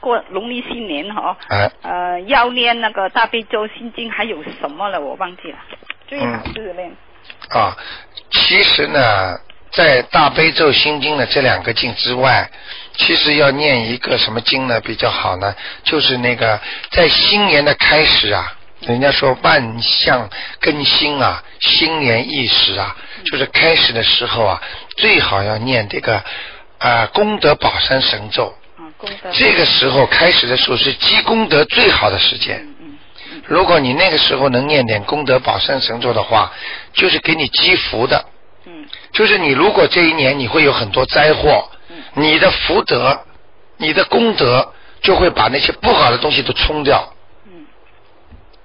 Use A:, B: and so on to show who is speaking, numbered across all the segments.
A: 过农历新年哈、
B: 哎，
A: 呃，要念那个大悲咒心经，还有什么了？我忘记了，最好是念。
B: 啊，其实呢，在大悲咒心经的这两个经之外，其实要念一个什么经呢比较好呢？就是那个在新年的开始啊，人家说万象更新啊，新年伊始啊，就是开始的时候啊，最好要念这个啊、功德宝山神咒。
A: 啊，功德。
B: 这个时候开始的时候是积功德最好的时间。
A: 嗯嗯嗯
B: 如果你那个时候能念点功德宝山神咒的话，就是给你积福的。
A: 嗯
B: 就是你如果这一年你会有很多灾祸，
A: 嗯
B: 你的福德、你的功德就会把那些不好的东西都冲掉，
A: 嗯。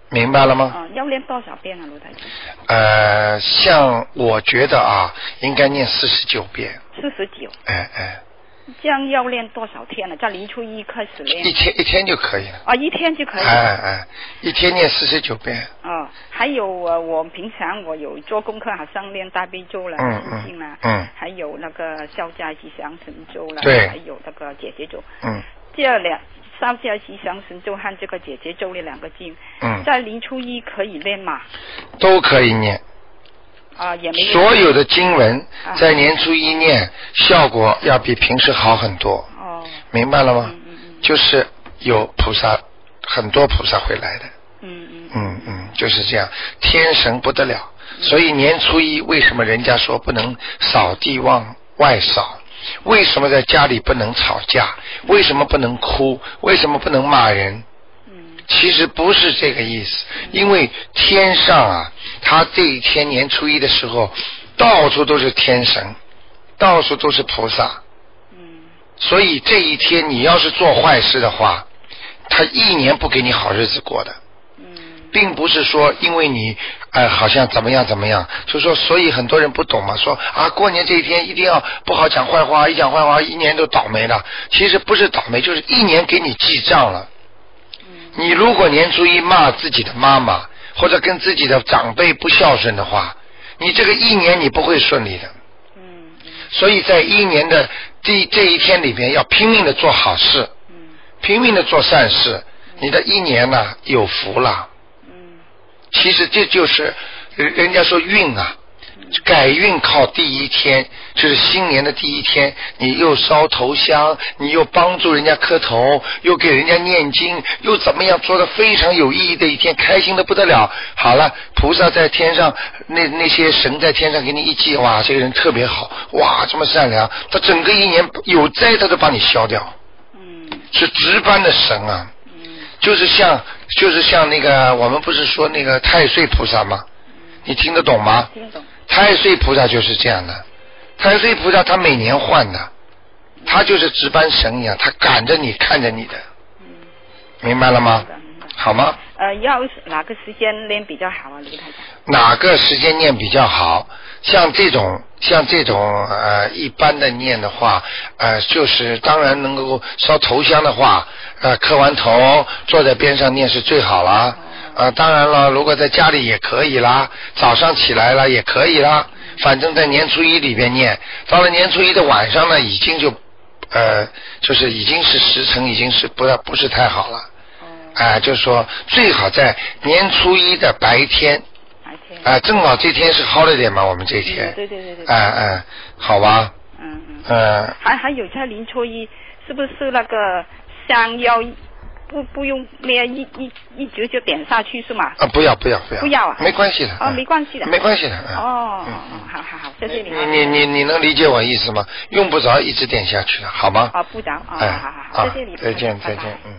B: 明白了吗？
A: 啊，要念多少遍啊，卢台长？
B: 呃，像我觉得啊，应该念四十九遍，
A: 四十九，
B: 哎哎，
A: 这样要念多少天呢？在临初一开始
B: 一
A: 念。
B: 天一天就可以了，
A: 啊，一天就可以
B: 哎
A: 了。
B: 哎，一天念四十九遍，
A: 哦，还有呃，我平常我有做功课，好像练大悲咒啦、
B: 嗯
A: 心经啦
B: 嗯，嗯
A: 还有那个消灾吉祥神咒啦，
B: 对
A: 还有那个姐姐咒，
B: 嗯
A: 这两消灾吉祥神咒和这个姐姐咒这两个经，
B: 嗯，
A: 在临初一可以练嘛？
B: 都可以念，
A: 啊、也没
B: 所有的经文
A: 啊
B: 在年初一念，效果要比平时好很多，
A: 哦，
B: 明白了吗？
A: 嗯嗯嗯
B: 就是有菩萨，很多菩萨会来的，
A: 嗯嗯
B: 嗯嗯，就是这样，天神不得了。所以年初一为什么人家说不能扫地往外扫？为什么在家里不能吵架？为什么不能哭？为什么不能骂人？
A: 嗯
B: 其实不是这个意思，因为天上啊，他这一天年初一的时候，到处都是天神，到处都是菩萨，
A: 嗯
B: 所以这一天你要是做坏事的话，他一年不给你好日子过的，
A: 嗯
B: 并不是说因为你哎、好像怎么样怎么样，就说所以很多人不懂嘛，说啊过年这一天一定要不好讲坏话，一讲坏话一年都倒霉了。其实不是倒霉，就是一年给你记账了。
A: 嗯
B: 你如果年初一骂自己的妈妈或者跟自己的长辈不孝顺的话，你这个一年你不会顺利的。
A: 嗯
B: 所以在一年的这这一天里边，要拼命的做好事。
A: 嗯
B: 拼命的做善事，你的一年呢、有福了。
A: 嗯
B: 其实这就是人人家说运啊，改运靠第一天，就是新年的第一天，你又烧头香，你又帮助人家磕头，又给人家念经，又怎么样做的非常有意义的一天，开心的不得了。好了，菩萨在天上，那那些神在天上给你一记，哇，这个人特别好，哇，这么善良，他整个一年有灾他都帮你消掉，
A: 嗯
B: 是值班的神啊。
A: 嗯
B: 就是像就是像那个我们不是说那个太岁菩萨吗？你听得懂吗？
A: 听懂。
B: 太岁菩萨就是这样的，太岁菩萨他每年换的，他就是值班神一样，他赶着你看着你的，
A: 嗯，
B: 明白了吗
A: 明？白明白。
B: 好吗？
A: 呃，要是哪个时间练比较好啊，卢台长？
B: 哪个时间念比较好？像这种像这种呃一般的念的话，呃就是当然能够烧头香的话，呃磕完头坐在边上念是最好啦。啊、当然了，如果在家里也可以啦，早上起来了也可以啦，反正在年初一里边念，到了年初一的晚上呢，已经就，呃，就是已经是时辰，已经是不大不是太好了，
A: 哦，
B: 啊、就是说最好在年初一的白天，
A: 白天。
B: 啊、正好这天是 holiday 嘛，我们这
A: 嗯
B: 天，
A: 对对对对。
B: 哎哎，好吧，
A: 嗯嗯。
B: 嗯，
A: 还还有在临初一，是不是那个香要不不用捏一一一直就点下去是吗？
B: 啊，不要不要不要，
A: 不要啊
B: 没关系的，
A: 哦，
B: 嗯
A: 没关系的。
B: 没关系的，嗯
A: 哦，
B: 嗯嗯
A: 好好好，谢谢
B: 你
A: 啊
B: 你你你能理解我意思吗？用不着一直点下去的，好吗？
A: 啊，部长啊，
B: 哎
A: 好好好，谢谢你，
B: 再见
A: 拜
B: 再
A: 拜
B: 见，嗯。